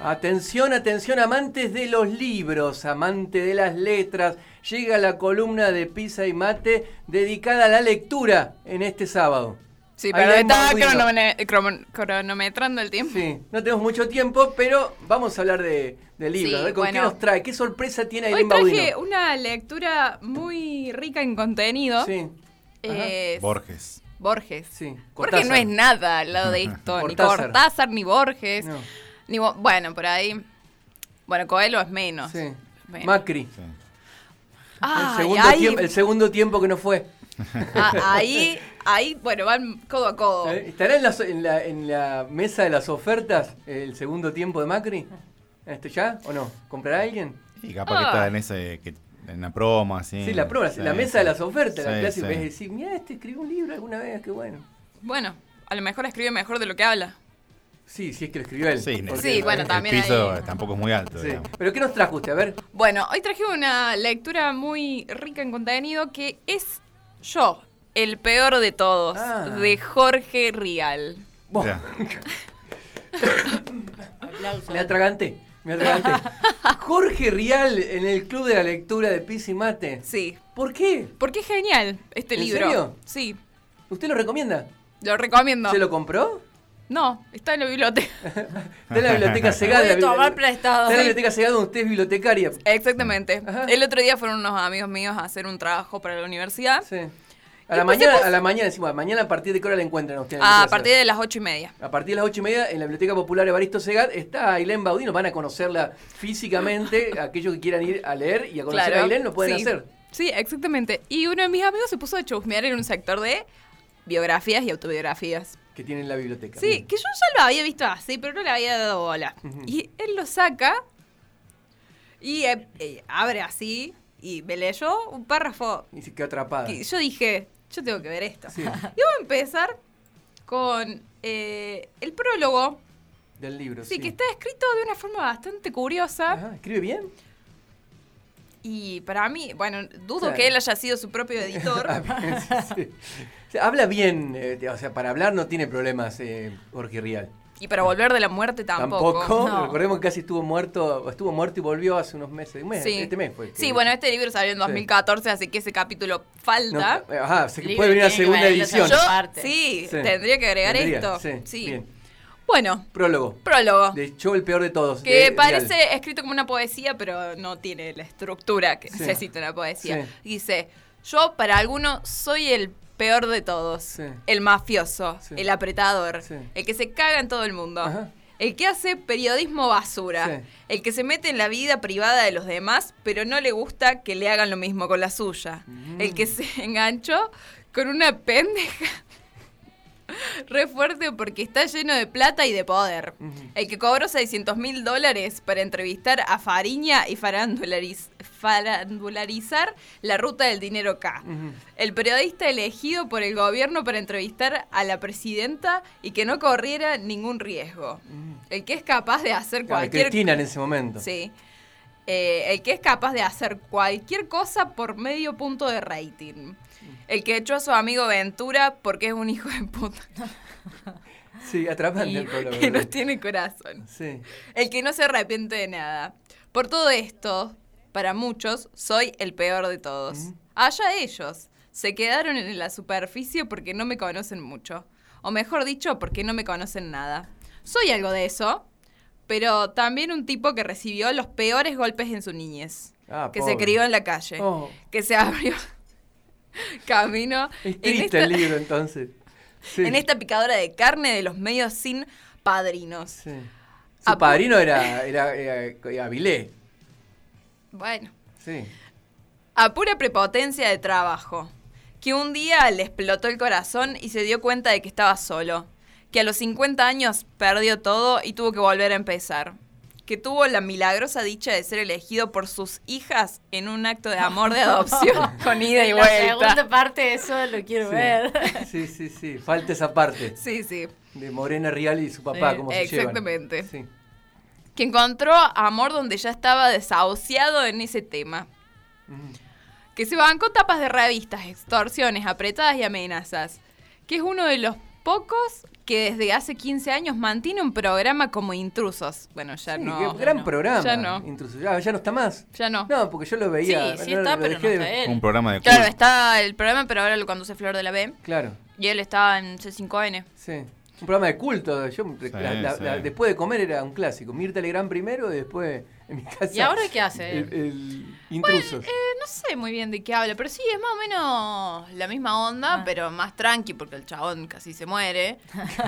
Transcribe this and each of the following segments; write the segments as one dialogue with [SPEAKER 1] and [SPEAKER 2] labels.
[SPEAKER 1] Atención, atención, amantes de los libros, amantes de las letras. Llega la columna de Pisa y Mate dedicada a la lectura en este sábado.
[SPEAKER 2] Sí,
[SPEAKER 1] Ahí
[SPEAKER 2] pero
[SPEAKER 1] la
[SPEAKER 2] estaba
[SPEAKER 1] hemos movido.
[SPEAKER 2] cronome- cromo- cronometrando el tiempo.
[SPEAKER 1] Sí, no tenemos mucho tiempo, pero vamos a hablar de, de libros.
[SPEAKER 2] Sí,
[SPEAKER 1] a ver ¿Con qué
[SPEAKER 2] bueno.
[SPEAKER 1] nos trae? ¿Qué sorpresa tiene
[SPEAKER 2] Hoy
[SPEAKER 1] Irene
[SPEAKER 2] traje
[SPEAKER 1] Baudino?
[SPEAKER 2] una lectura muy rica en contenido.
[SPEAKER 1] Sí,
[SPEAKER 2] Es
[SPEAKER 3] Borges.
[SPEAKER 2] Borges.
[SPEAKER 1] sí.
[SPEAKER 2] Borges no es nada al lado de esto, ni
[SPEAKER 1] Cortázar.
[SPEAKER 2] Cortázar, ni Borges.
[SPEAKER 1] No.
[SPEAKER 2] Ni, Bo- bueno, por ahí. Bueno, Coelho es menos.
[SPEAKER 1] Sí.
[SPEAKER 2] Bueno.
[SPEAKER 1] Macri.
[SPEAKER 3] Sí.
[SPEAKER 2] Ay,
[SPEAKER 1] el, segundo
[SPEAKER 2] ahí-
[SPEAKER 1] tiempo, el segundo tiempo que no fue.
[SPEAKER 2] a- ahí, ahí, bueno, van codo a codo.
[SPEAKER 1] Eh, ¿Estará en la, so- en, la, en la mesa de las ofertas el segundo tiempo de Macri? ¿Este ya o no? ¿Comprará alguien?
[SPEAKER 3] Y capaz
[SPEAKER 2] Ah.
[SPEAKER 3] que está en ese que, en la promo, así.
[SPEAKER 1] Sí, la prueba,
[SPEAKER 3] Sí,
[SPEAKER 1] la mesa
[SPEAKER 3] sí.
[SPEAKER 1] de las ofertas, la
[SPEAKER 3] Sí,
[SPEAKER 1] clásica.
[SPEAKER 3] sí.
[SPEAKER 1] Es decir, mira, este escribió un libro alguna vez, qué bueno.
[SPEAKER 2] Bueno, a lo mejor escribe mejor de lo que habla.
[SPEAKER 1] Sí, sí es que lo escribió él.
[SPEAKER 3] Sí,
[SPEAKER 1] porque-
[SPEAKER 2] Sí, bueno,
[SPEAKER 3] el
[SPEAKER 2] también
[SPEAKER 3] piso
[SPEAKER 2] ahí.
[SPEAKER 3] tampoco es muy alto.
[SPEAKER 1] Sí.
[SPEAKER 3] digamos.
[SPEAKER 1] ¿Pero qué nos trajo usted? A ver.
[SPEAKER 2] Bueno, hoy traje una lectura muy rica en contenido que es Yo, el peor de todos,
[SPEAKER 1] Ah.
[SPEAKER 2] de Jorge Rial.
[SPEAKER 1] Vos,
[SPEAKER 3] Ya.
[SPEAKER 1] me atraganté, me atraganté. Jorge Rial en el Club de la Lectura de Pis y Mate.
[SPEAKER 2] Sí.
[SPEAKER 1] ¿Por qué?
[SPEAKER 2] Porque es genial este
[SPEAKER 1] ¿En
[SPEAKER 2] libro.
[SPEAKER 1] serio?
[SPEAKER 2] Sí,
[SPEAKER 1] ¿Usted lo recomienda?
[SPEAKER 2] lo recomiendo.
[SPEAKER 1] ¿Se lo compró?
[SPEAKER 2] No, está en la biblioteca.
[SPEAKER 1] Está en la biblioteca cegada.
[SPEAKER 4] Puede
[SPEAKER 1] la bibli-
[SPEAKER 4] tomar
[SPEAKER 1] Está
[SPEAKER 4] prestado.
[SPEAKER 1] en la
[SPEAKER 4] Sí.
[SPEAKER 1] biblioteca cegada donde usted es bibliotecaria.
[SPEAKER 2] Exactamente.
[SPEAKER 1] Ajá.
[SPEAKER 2] El otro día fueron unos amigos míos a hacer un trabajo para la universidad.
[SPEAKER 1] Sí. A la,
[SPEAKER 2] Y pues
[SPEAKER 1] mañana,
[SPEAKER 2] después-
[SPEAKER 1] a la mañana decimos, "Ah, mañana a partir de qué hora la encuentran a usted. en la
[SPEAKER 2] A
[SPEAKER 1] biblioteca
[SPEAKER 2] partir de las ocho y media.
[SPEAKER 1] A partir de las ocho y media, en la Biblioteca Popular Evaristo Segat, está Ailén Baudino. Van a conocerla físicamente. Aquellos que quieran ir a leer y a conocer a Ailén lo pueden
[SPEAKER 2] sí.
[SPEAKER 1] hacer.
[SPEAKER 2] Sí, exactamente. Y uno de mis amigos se puso a chusmear en un sector de biografías y autobiografías.
[SPEAKER 1] Que tienen la biblioteca.
[SPEAKER 2] Sí,
[SPEAKER 1] Bien.
[SPEAKER 2] que yo ya lo había visto así, pero no le había dado bola.
[SPEAKER 1] Ujú.
[SPEAKER 2] Y él lo saca y eh, eh, abre así y me leyó un párrafo
[SPEAKER 1] Y se quedó atrapada.
[SPEAKER 2] que yo dije, yo tengo que ver esto.
[SPEAKER 1] Ah. Sí,
[SPEAKER 2] Y voy a empezar con eh, el prólogo,
[SPEAKER 1] del libro.
[SPEAKER 2] sí, que está escrito de una forma bastante curiosa.
[SPEAKER 1] Ajá, ¿Escribe bien?
[SPEAKER 2] Y para mí, bueno, dudo
[SPEAKER 1] Claro.
[SPEAKER 2] que él haya sido su propio editor.
[SPEAKER 1] Ah, bien, sí, sí. O sea, habla bien. eh, o sea, para hablar no tiene problemas eh, Jorge Rial.
[SPEAKER 2] y para volver de la muerte tampoco. no.
[SPEAKER 1] Recordemos que casi estuvo muerto, estuvo muerto y volvió hace unos meses. Un mes, Este mes fue. que-
[SPEAKER 2] Sí, bueno, este libro salió en
[SPEAKER 1] Sí.
[SPEAKER 2] 2014, así que ese capítulo
[SPEAKER 1] No, eh,
[SPEAKER 2] falta.
[SPEAKER 1] ajá, se que
[SPEAKER 4] Libre
[SPEAKER 1] puede venir la
[SPEAKER 4] tiene que
[SPEAKER 1] segunda
[SPEAKER 4] valerlo
[SPEAKER 1] edición.
[SPEAKER 4] también.
[SPEAKER 2] Yo,
[SPEAKER 4] Parte.
[SPEAKER 2] sí,
[SPEAKER 1] Sí.
[SPEAKER 2] tendría que agregar
[SPEAKER 1] Tendría,
[SPEAKER 2] esto.
[SPEAKER 1] sí,
[SPEAKER 2] Sí.
[SPEAKER 1] bien.
[SPEAKER 2] Bueno,
[SPEAKER 1] Prólogo.
[SPEAKER 2] prólogo.
[SPEAKER 1] De hecho, el peor de todos.
[SPEAKER 2] que
[SPEAKER 1] de
[SPEAKER 2] parece
[SPEAKER 1] Rial.
[SPEAKER 2] escrito como una poesía, pero no tiene la estructura que
[SPEAKER 1] Sí.
[SPEAKER 2] necesita una poesía.
[SPEAKER 1] Sí.
[SPEAKER 2] Dice, yo para algunos soy el peor de todos.
[SPEAKER 1] Sí.
[SPEAKER 2] El mafioso,
[SPEAKER 1] Sí.
[SPEAKER 2] el apretador,
[SPEAKER 1] Sí.
[SPEAKER 2] el que se caga en todo el mundo.
[SPEAKER 1] Ajá.
[SPEAKER 2] El que hace periodismo basura,
[SPEAKER 1] Sí.
[SPEAKER 2] el que se mete en la vida privada de los demás, pero no le gusta que le hagan lo mismo con la suya. El
[SPEAKER 1] Mm.
[SPEAKER 2] que se enganchó con una pendeja re fuerte porque está lleno de plata y de poder.
[SPEAKER 1] Ujú.
[SPEAKER 2] El que cobró 600 mil dólares para entrevistar a Fariña y farandulariz- farandularizar la ruta del dinero K.
[SPEAKER 1] Ujú.
[SPEAKER 2] El periodista elegido por el gobierno para entrevistar a la presidenta y que no corriera ningún riesgo. El que es capaz de hacer
[SPEAKER 1] Claro,
[SPEAKER 2] cualquier
[SPEAKER 1] Cristina en ese momento.
[SPEAKER 2] Sí. Eh, el que es capaz de hacer cualquier cosa por medio punto de rating. El que echó a su amigo Ventura porque es un hijo de puta
[SPEAKER 1] Sí, atrapante
[SPEAKER 2] y
[SPEAKER 1] el prólogo.
[SPEAKER 2] que no tiene corazón.
[SPEAKER 1] Sí.
[SPEAKER 2] El que no se arrepiente de nada. Por todo esto, para muchos, soy el peor de todos. Allá ellos. Se quedaron en la superficie porque no me conocen mucho. O mejor dicho, porque no me conocen nada. Soy algo de eso, pero también un tipo que recibió los peores golpes en su niñez.
[SPEAKER 1] Ah,
[SPEAKER 2] que
[SPEAKER 1] pobre.
[SPEAKER 2] se crió en la calle.
[SPEAKER 1] Oh,
[SPEAKER 2] Que se abrió camino.
[SPEAKER 1] es
[SPEAKER 2] en
[SPEAKER 1] triste
[SPEAKER 2] esta-
[SPEAKER 1] el libro entonces. Sí.
[SPEAKER 2] en esta picadora de carne de los medios sin padrinos.
[SPEAKER 1] Sí. Su
[SPEAKER 2] Ah,
[SPEAKER 1] padrino era, era, era Avilé.
[SPEAKER 2] Bueno.
[SPEAKER 1] Sí.
[SPEAKER 2] A pura prepotencia de trabajo. Que un día le explotó el corazón y se dio cuenta de que estaba solo. Que a los 50 años perdió todo y tuvo que volver a empezar. Que tuvo la milagrosa dicha de ser elegido por sus hijas en un acto de amor de adopción con ida y
[SPEAKER 4] La segunda
[SPEAKER 2] vuelta.
[SPEAKER 4] parte de eso lo quiero ver.
[SPEAKER 1] Sí, sí, sí. Falta esa parte
[SPEAKER 2] Sí, sí.
[SPEAKER 1] de Morena Rial y su papá,
[SPEAKER 4] Sí,
[SPEAKER 1] cómo se llevan.
[SPEAKER 2] exactamente.
[SPEAKER 1] Sí.
[SPEAKER 2] Que encontró amor donde ya estaba desahuciado en ese tema.
[SPEAKER 1] Ujú.
[SPEAKER 2] que se bancó tapas de revistas, extorsiones, apretadas y amenazas, que es uno de los pocos que desde hace 15 años mantiene un programa como Intrusos. Bueno, ya
[SPEAKER 1] Sí,
[SPEAKER 2] no.
[SPEAKER 1] qué gran
[SPEAKER 2] ya no.
[SPEAKER 1] programa.
[SPEAKER 2] Ya no.
[SPEAKER 1] Intrusos. Ah, ya no está más.
[SPEAKER 2] Ya no.
[SPEAKER 1] No, porque yo lo veía.
[SPEAKER 4] Sí, sí
[SPEAKER 1] no,
[SPEAKER 4] está,
[SPEAKER 1] lo
[SPEAKER 4] pero
[SPEAKER 1] dejé
[SPEAKER 4] no
[SPEAKER 1] de-
[SPEAKER 4] está él.
[SPEAKER 3] Un programa de
[SPEAKER 2] Claro,
[SPEAKER 3] culto.
[SPEAKER 2] está el programa, pero ahora lo conduce Flor de la B.
[SPEAKER 1] Claro,
[SPEAKER 2] Y él estaba en C5N.
[SPEAKER 1] sí. Un programa de culto. Yo, la- la-
[SPEAKER 3] sí.
[SPEAKER 1] la- después de comer era un clásico. Mirta Legrand primero y después en mi casa.
[SPEAKER 4] ¿Y ahora qué hace?
[SPEAKER 1] El, el intrusos.
[SPEAKER 2] No sé muy bien de qué habla, pero sí, es más o menos la misma onda,
[SPEAKER 4] Ah.
[SPEAKER 2] pero más tranqui, porque el chabón casi se muere.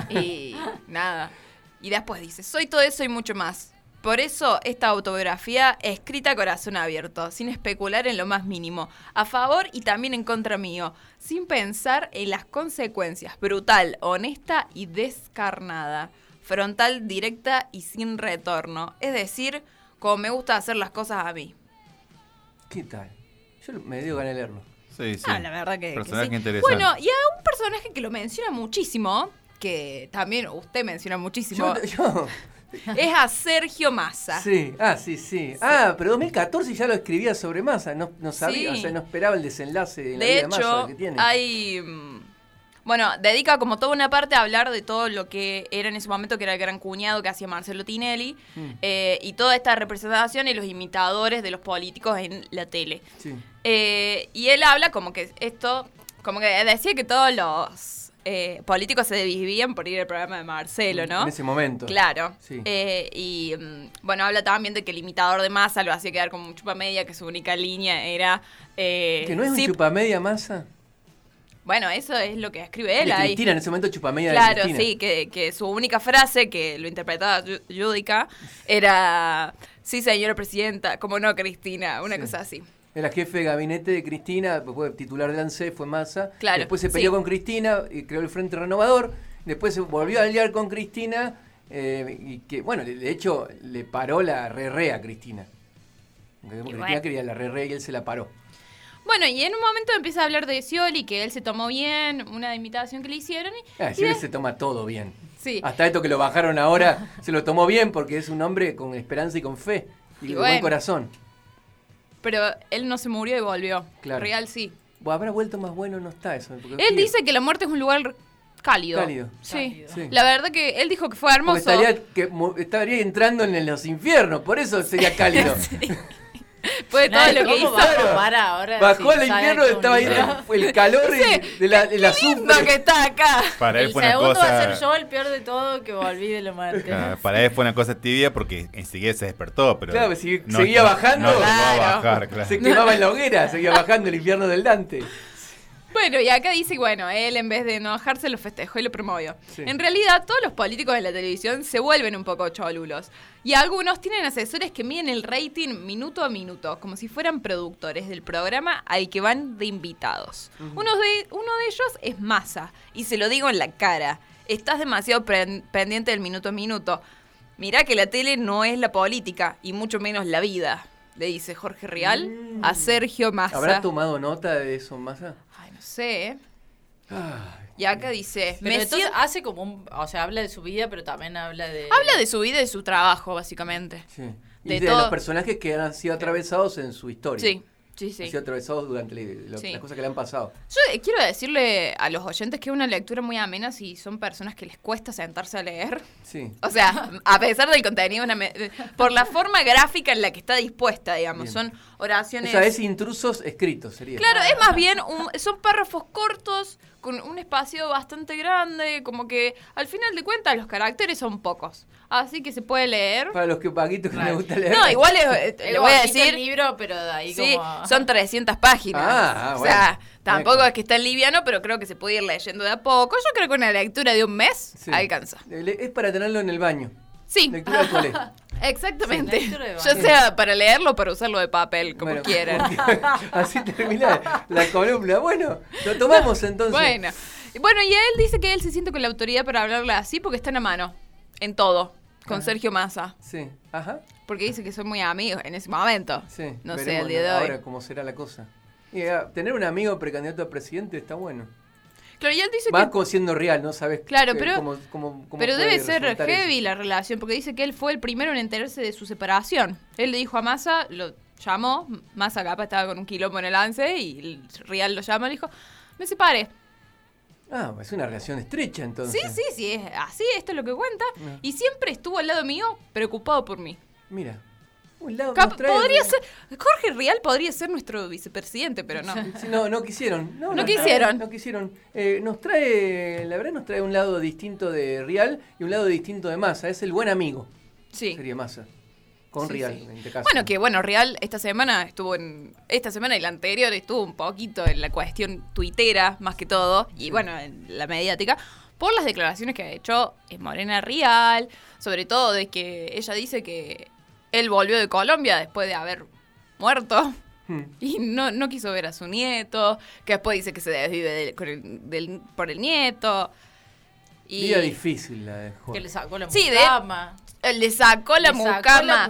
[SPEAKER 2] y nada. Y después dice, soy todo eso y mucho más. Por eso esta autobiografía escrita a corazón abierto, sin especular en lo más mínimo, a favor y también en contra mío, sin pensar en las consecuencias, brutal, honesta y descarnada, frontal, directa y sin retorno, es decir, como me gusta hacer las cosas a mí.
[SPEAKER 1] ¿Qué tal? Yo lo- me dio ganas de leerlo.
[SPEAKER 3] Sí, sí.
[SPEAKER 2] Ah, la verdad que, que
[SPEAKER 3] Personaje
[SPEAKER 2] sí.
[SPEAKER 3] interesante.
[SPEAKER 2] Bueno, y a un personaje que lo menciona muchísimo, que también usted menciona muchísimo,
[SPEAKER 1] Yo, yo-
[SPEAKER 2] es a Sergio Massa.
[SPEAKER 1] sí, ah, sí, sí, Ah, pero 2014 ya lo escribía sobre masa. No, no sabía,
[SPEAKER 2] Sí.
[SPEAKER 1] o sea, no esperaba el desenlace de la
[SPEAKER 2] De
[SPEAKER 1] vida de Massa
[SPEAKER 2] hecho,
[SPEAKER 1] que tiene.
[SPEAKER 2] hay... mm, Bueno, dedica como toda una parte a hablar de todo lo que era en ese momento, que era el gran cuñado que hacía Marcelo Tinelli,
[SPEAKER 1] Mm.
[SPEAKER 2] eh, y toda esta representación y los imitadores de los políticos en la tele.
[SPEAKER 1] Sí.
[SPEAKER 2] Eh, y él habla como que esto, como que decía que todos los eh, políticos se desvivían por ir al programa de Marcelo, ¿no?
[SPEAKER 1] En ese momento.
[SPEAKER 2] Claro.
[SPEAKER 1] Sí.
[SPEAKER 2] Eh, y mm, bueno, habla también de que el imitador de masa lo hacía quedar como un chupamedia, que su única línea era. eh,
[SPEAKER 1] que no es un
[SPEAKER 2] sí,
[SPEAKER 1] chupamedia masa.
[SPEAKER 2] Bueno, eso es lo que escribe él
[SPEAKER 1] De
[SPEAKER 2] ahí.
[SPEAKER 1] Cristina, en ese momento chupamedia de
[SPEAKER 2] Claro,
[SPEAKER 1] Cristina.
[SPEAKER 2] sí, que, que su única frase, que lo interpretaba Yu- Yudica, era. Sí, señora presidenta, como no, Cristina, una
[SPEAKER 1] Sí.
[SPEAKER 2] cosa así.
[SPEAKER 1] Era jefe de gabinete de Cristina, fue titular del ANSE, fue Massa.
[SPEAKER 2] Claro,
[SPEAKER 1] Después se peleó
[SPEAKER 2] sí.
[SPEAKER 1] con Cristina y creó el Frente Renovador. Después se volvió a aliar con Cristina. eh, y que, bueno, de- de hecho, le paró la re a Cristina. Porque Cristina
[SPEAKER 2] bueno.
[SPEAKER 1] quería la re y él se la paró.
[SPEAKER 2] Bueno, y en un momento empieza a hablar de Scioli, que él se tomó bien, una invitación que le hicieron. y-
[SPEAKER 1] Ah,
[SPEAKER 2] y
[SPEAKER 1] Scioli
[SPEAKER 2] de-
[SPEAKER 1] se toma todo bien.
[SPEAKER 2] Sí.
[SPEAKER 1] Hasta esto que lo bajaron ahora, se lo tomó bien porque es un hombre con esperanza y con fe. Y,
[SPEAKER 2] Y
[SPEAKER 1] de buen
[SPEAKER 2] bueno.
[SPEAKER 1] corazón.
[SPEAKER 2] Pero él no se murió y volvió.
[SPEAKER 1] Claro.
[SPEAKER 2] Real sí.
[SPEAKER 1] Bueno, habrá vuelto más bueno, no está eso. porque-
[SPEAKER 2] Él dice que la muerte es un lugar cálido.
[SPEAKER 1] Cálido.
[SPEAKER 2] Sí.
[SPEAKER 4] Cálido.
[SPEAKER 1] Sí.
[SPEAKER 2] La verdad que él dijo que fue hermoso.
[SPEAKER 1] Porque estaría, que, mu- estaría entrando en los infiernos, por eso sería cálido.
[SPEAKER 2] Fue de todo
[SPEAKER 4] Claro,
[SPEAKER 2] lo que
[SPEAKER 4] ¿cómo
[SPEAKER 2] hizo.
[SPEAKER 4] va a comparar ahora?
[SPEAKER 1] Bajó
[SPEAKER 4] si
[SPEAKER 1] al
[SPEAKER 4] sabe
[SPEAKER 1] infierno,
[SPEAKER 4] que es
[SPEAKER 1] estaba ahí
[SPEAKER 4] un libro?
[SPEAKER 1] fue el calor y de la, de la azufre.
[SPEAKER 2] Lindo que está acá.
[SPEAKER 3] Para él
[SPEAKER 4] El
[SPEAKER 3] fue una
[SPEAKER 4] segundo va a
[SPEAKER 3] cosa.
[SPEAKER 4] ser yo el peor de todo que volví de la muerte.
[SPEAKER 3] Claro, para él fue una cosa tibia porque enseguida se despertó, pero.
[SPEAKER 1] Claro, si seguía bajando.
[SPEAKER 3] No, llegó a
[SPEAKER 2] Claro.
[SPEAKER 3] bajar, claro.
[SPEAKER 1] Se quemaba en la hoguera, seguía bajando el infierno del Dante.
[SPEAKER 2] Bueno, y acá dice, bueno, él en vez de enojarse lo festejó y lo promovió.
[SPEAKER 1] Sí.
[SPEAKER 2] En realidad, todos los políticos de la televisión se vuelven un poco cholulos. Y algunos tienen asesores que miden el rating minuto a minuto, como si fueran productores del programa al que van de invitados. uno, de, uno de ellos es Massa, y se lo digo en la cara. Estás demasiado pren- pendiente del minuto a minuto. Mirá que la tele no es la política, y mucho menos la vida, le dice Jorge Real a Sergio Massa.
[SPEAKER 1] Mm. ¿Habrá tomado nota de eso, Massa?
[SPEAKER 2] Ay, no sé, ¿eh?
[SPEAKER 1] Ay,
[SPEAKER 2] Y acá dice,
[SPEAKER 4] Pero
[SPEAKER 2] me
[SPEAKER 4] entonces
[SPEAKER 2] siento-
[SPEAKER 4] hace como un. O sea, habla de su vida, pero también habla de.
[SPEAKER 2] ah, habla de su vida y de su trabajo, básicamente.
[SPEAKER 1] sí. Y de,
[SPEAKER 2] De todo-
[SPEAKER 1] los personajes que han sido atravesados en su historia.
[SPEAKER 2] Sí, sí,
[SPEAKER 1] Han
[SPEAKER 2] sí.
[SPEAKER 1] sido atravesados durante la- lo-
[SPEAKER 2] Sí.
[SPEAKER 1] las cosas que le han pasado.
[SPEAKER 2] Yo eh, quiero decirle a los oyentes que es una lectura muy amena si son personas que les cuesta sentarse a leer.
[SPEAKER 1] Sí.
[SPEAKER 2] O sea, a pesar del contenido, una me- por la forma gráfica en la que está dispuesta, digamos,
[SPEAKER 1] Bien.
[SPEAKER 2] son
[SPEAKER 1] O
[SPEAKER 2] oraciones...
[SPEAKER 1] sea, es intrusos escritos, sería.
[SPEAKER 2] Claro, es más bien, un- son párrafos cortos, con un espacio bastante grande, como que al final de cuentas los caracteres son pocos. Así que se puede leer.
[SPEAKER 1] Para los que paguitos que les gusta leer.
[SPEAKER 2] No, igual es-
[SPEAKER 4] Es
[SPEAKER 2] le voy a
[SPEAKER 4] bonito
[SPEAKER 2] decir...
[SPEAKER 4] El libro, pero de ahí
[SPEAKER 2] Sí,
[SPEAKER 4] como.
[SPEAKER 2] son 300 páginas.
[SPEAKER 1] Ah, ah,
[SPEAKER 2] o sea,
[SPEAKER 1] bueno.
[SPEAKER 2] tampoco
[SPEAKER 1] Bueno.
[SPEAKER 2] es que está en liviano, pero creo que se puede ir leyendo de a poco. Yo creo que una lectura de un mes
[SPEAKER 1] Sí.
[SPEAKER 2] alcanza.
[SPEAKER 1] Le- Es para tenerlo en el baño.
[SPEAKER 2] Sí,
[SPEAKER 1] Lectura de cole.
[SPEAKER 2] exactamente.
[SPEAKER 4] Sí, lectura de
[SPEAKER 2] ya
[SPEAKER 4] baño.
[SPEAKER 2] sea para leerlo o para usarlo de papel, como
[SPEAKER 1] Bueno,
[SPEAKER 2] quieran.
[SPEAKER 1] Así termina la columna. Bueno, lo tomamos entonces.
[SPEAKER 2] Bueno. Y bueno, y él dice que él se siente con la autoridad para hablarle así porque están a mano, en todo, con Sergio Massa.
[SPEAKER 1] Sí, ajá,
[SPEAKER 2] Porque dice que son muy amigos en ese momento.
[SPEAKER 1] sí.
[SPEAKER 2] no sé,
[SPEAKER 1] Veremos
[SPEAKER 2] el día de hoy.
[SPEAKER 1] Ahora cómo será la cosa. Y, ah, tener un amigo precandidato a presidente está bueno.
[SPEAKER 2] Claro, y él dice
[SPEAKER 1] Más
[SPEAKER 2] que...
[SPEAKER 1] como siendo real, no sabes
[SPEAKER 2] Claro,
[SPEAKER 1] eh,
[SPEAKER 2] pero-
[SPEAKER 1] cómo, cómo- cómo
[SPEAKER 2] Pero
[SPEAKER 1] puede
[SPEAKER 2] debe ser
[SPEAKER 1] resultar
[SPEAKER 2] heavy
[SPEAKER 1] eso.
[SPEAKER 2] la relación, porque dice que él fue el primero en enterarse de su separación. Él le dijo a Massa, lo llamó, Massa capa estaba con un quilombo en el lance y el Real lo llama y le dijo, me separé.
[SPEAKER 1] Ah, es una relación estrecha entonces.
[SPEAKER 2] Sí, sí, sí, es así, esto es lo que cuenta.
[SPEAKER 1] Ah.
[SPEAKER 2] Y siempre estuvo al lado mío, preocupado por mí.
[SPEAKER 1] Mira. Un lado
[SPEAKER 2] Cap-
[SPEAKER 1] nos trae-
[SPEAKER 2] podría ser, Jorge Rial podría ser nuestro vicepresidente, pero no.
[SPEAKER 1] Sí, no, no quisieron. No,
[SPEAKER 2] No
[SPEAKER 1] nos
[SPEAKER 2] quisieron.
[SPEAKER 1] no quisieron. Eh, nos trae, la verdad nos trae un lado distinto de Real y un lado distinto de Massa. Es el buen amigo,
[SPEAKER 2] Sí.
[SPEAKER 1] sería Massa. Con
[SPEAKER 2] Sí,
[SPEAKER 1] Real,
[SPEAKER 2] sí.
[SPEAKER 1] en este caso.
[SPEAKER 2] Bueno, que bueno, Real esta semana estuvo en. Esta semana y la anterior estuvo un poquito en la cuestión tuitera, más que todo, y bueno, en la mediática, por las declaraciones que ha hecho eh, Morena Real, sobre todo de que ella dice que él volvió de Colombia después de haber muerto.
[SPEAKER 1] Hmm.
[SPEAKER 2] Y no, no quiso ver a su nieto, que después dice que se desvive del- con el- del- por el nieto. Y
[SPEAKER 1] Vida difícil la de
[SPEAKER 4] Que
[SPEAKER 1] Jorge.
[SPEAKER 4] le sacó la
[SPEAKER 2] Sí, de-
[SPEAKER 4] mucama.
[SPEAKER 2] Eh, le sacó la
[SPEAKER 4] Le sacó la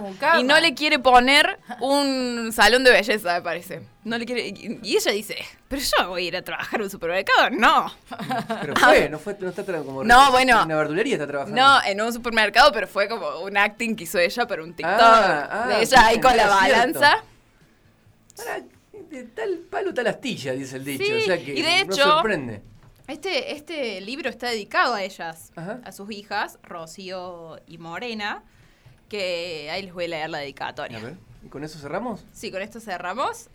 [SPEAKER 2] mucama
[SPEAKER 4] mucama.
[SPEAKER 2] y no le quiere poner un salón de belleza, me parece. No le quiere. Y y ella dice, pero yo voy a ir a trabajar a un supermercado. No.
[SPEAKER 1] Pero fue, no fue, no está tra- como
[SPEAKER 2] No, bueno.
[SPEAKER 1] En una verdulería está trabajando.
[SPEAKER 2] No, en un supermercado, pero fue como un acting que hizo ella para un TikTok.
[SPEAKER 1] Ah, ah,
[SPEAKER 2] de ella ahí
[SPEAKER 1] bien,
[SPEAKER 2] con la
[SPEAKER 1] era cierto.
[SPEAKER 2] balanza.
[SPEAKER 1] Pará, de tal palo tal astilla, dice el dicho.
[SPEAKER 2] Sí,
[SPEAKER 1] o sea que
[SPEAKER 2] y de
[SPEAKER 1] no
[SPEAKER 2] hecho-
[SPEAKER 1] sorprende.
[SPEAKER 2] Este, este libro está dedicado a ellas,
[SPEAKER 1] Ajá.
[SPEAKER 2] a sus hijas, Rocío y Morena, que ahí les voy a leer la
[SPEAKER 1] A ver,
[SPEAKER 2] dedicatoria.
[SPEAKER 1] ¿y con eso cerramos?
[SPEAKER 2] Sí, con esto cerramos.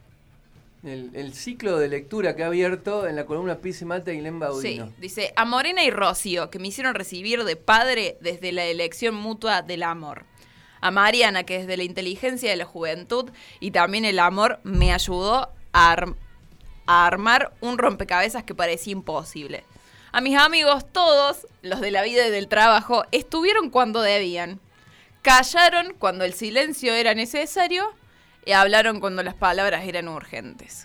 [SPEAKER 1] El, el ciclo de lectura que ha abierto en la columna Pizzi Mate y Lemba Baudino.
[SPEAKER 2] Sí, dice, a Morena y Rocío, que me hicieron recibir de padre desde la elección mutua del amor. A Mariana, que desde la inteligencia de la juventud y también el amor me ayudó a, arm- a armar un rompecabezas que parecía imposible. A mis amigos todos, los de la vida y del trabajo, estuvieron cuando debían. Callaron cuando el silencio era necesario y hablaron cuando las palabras eran urgentes.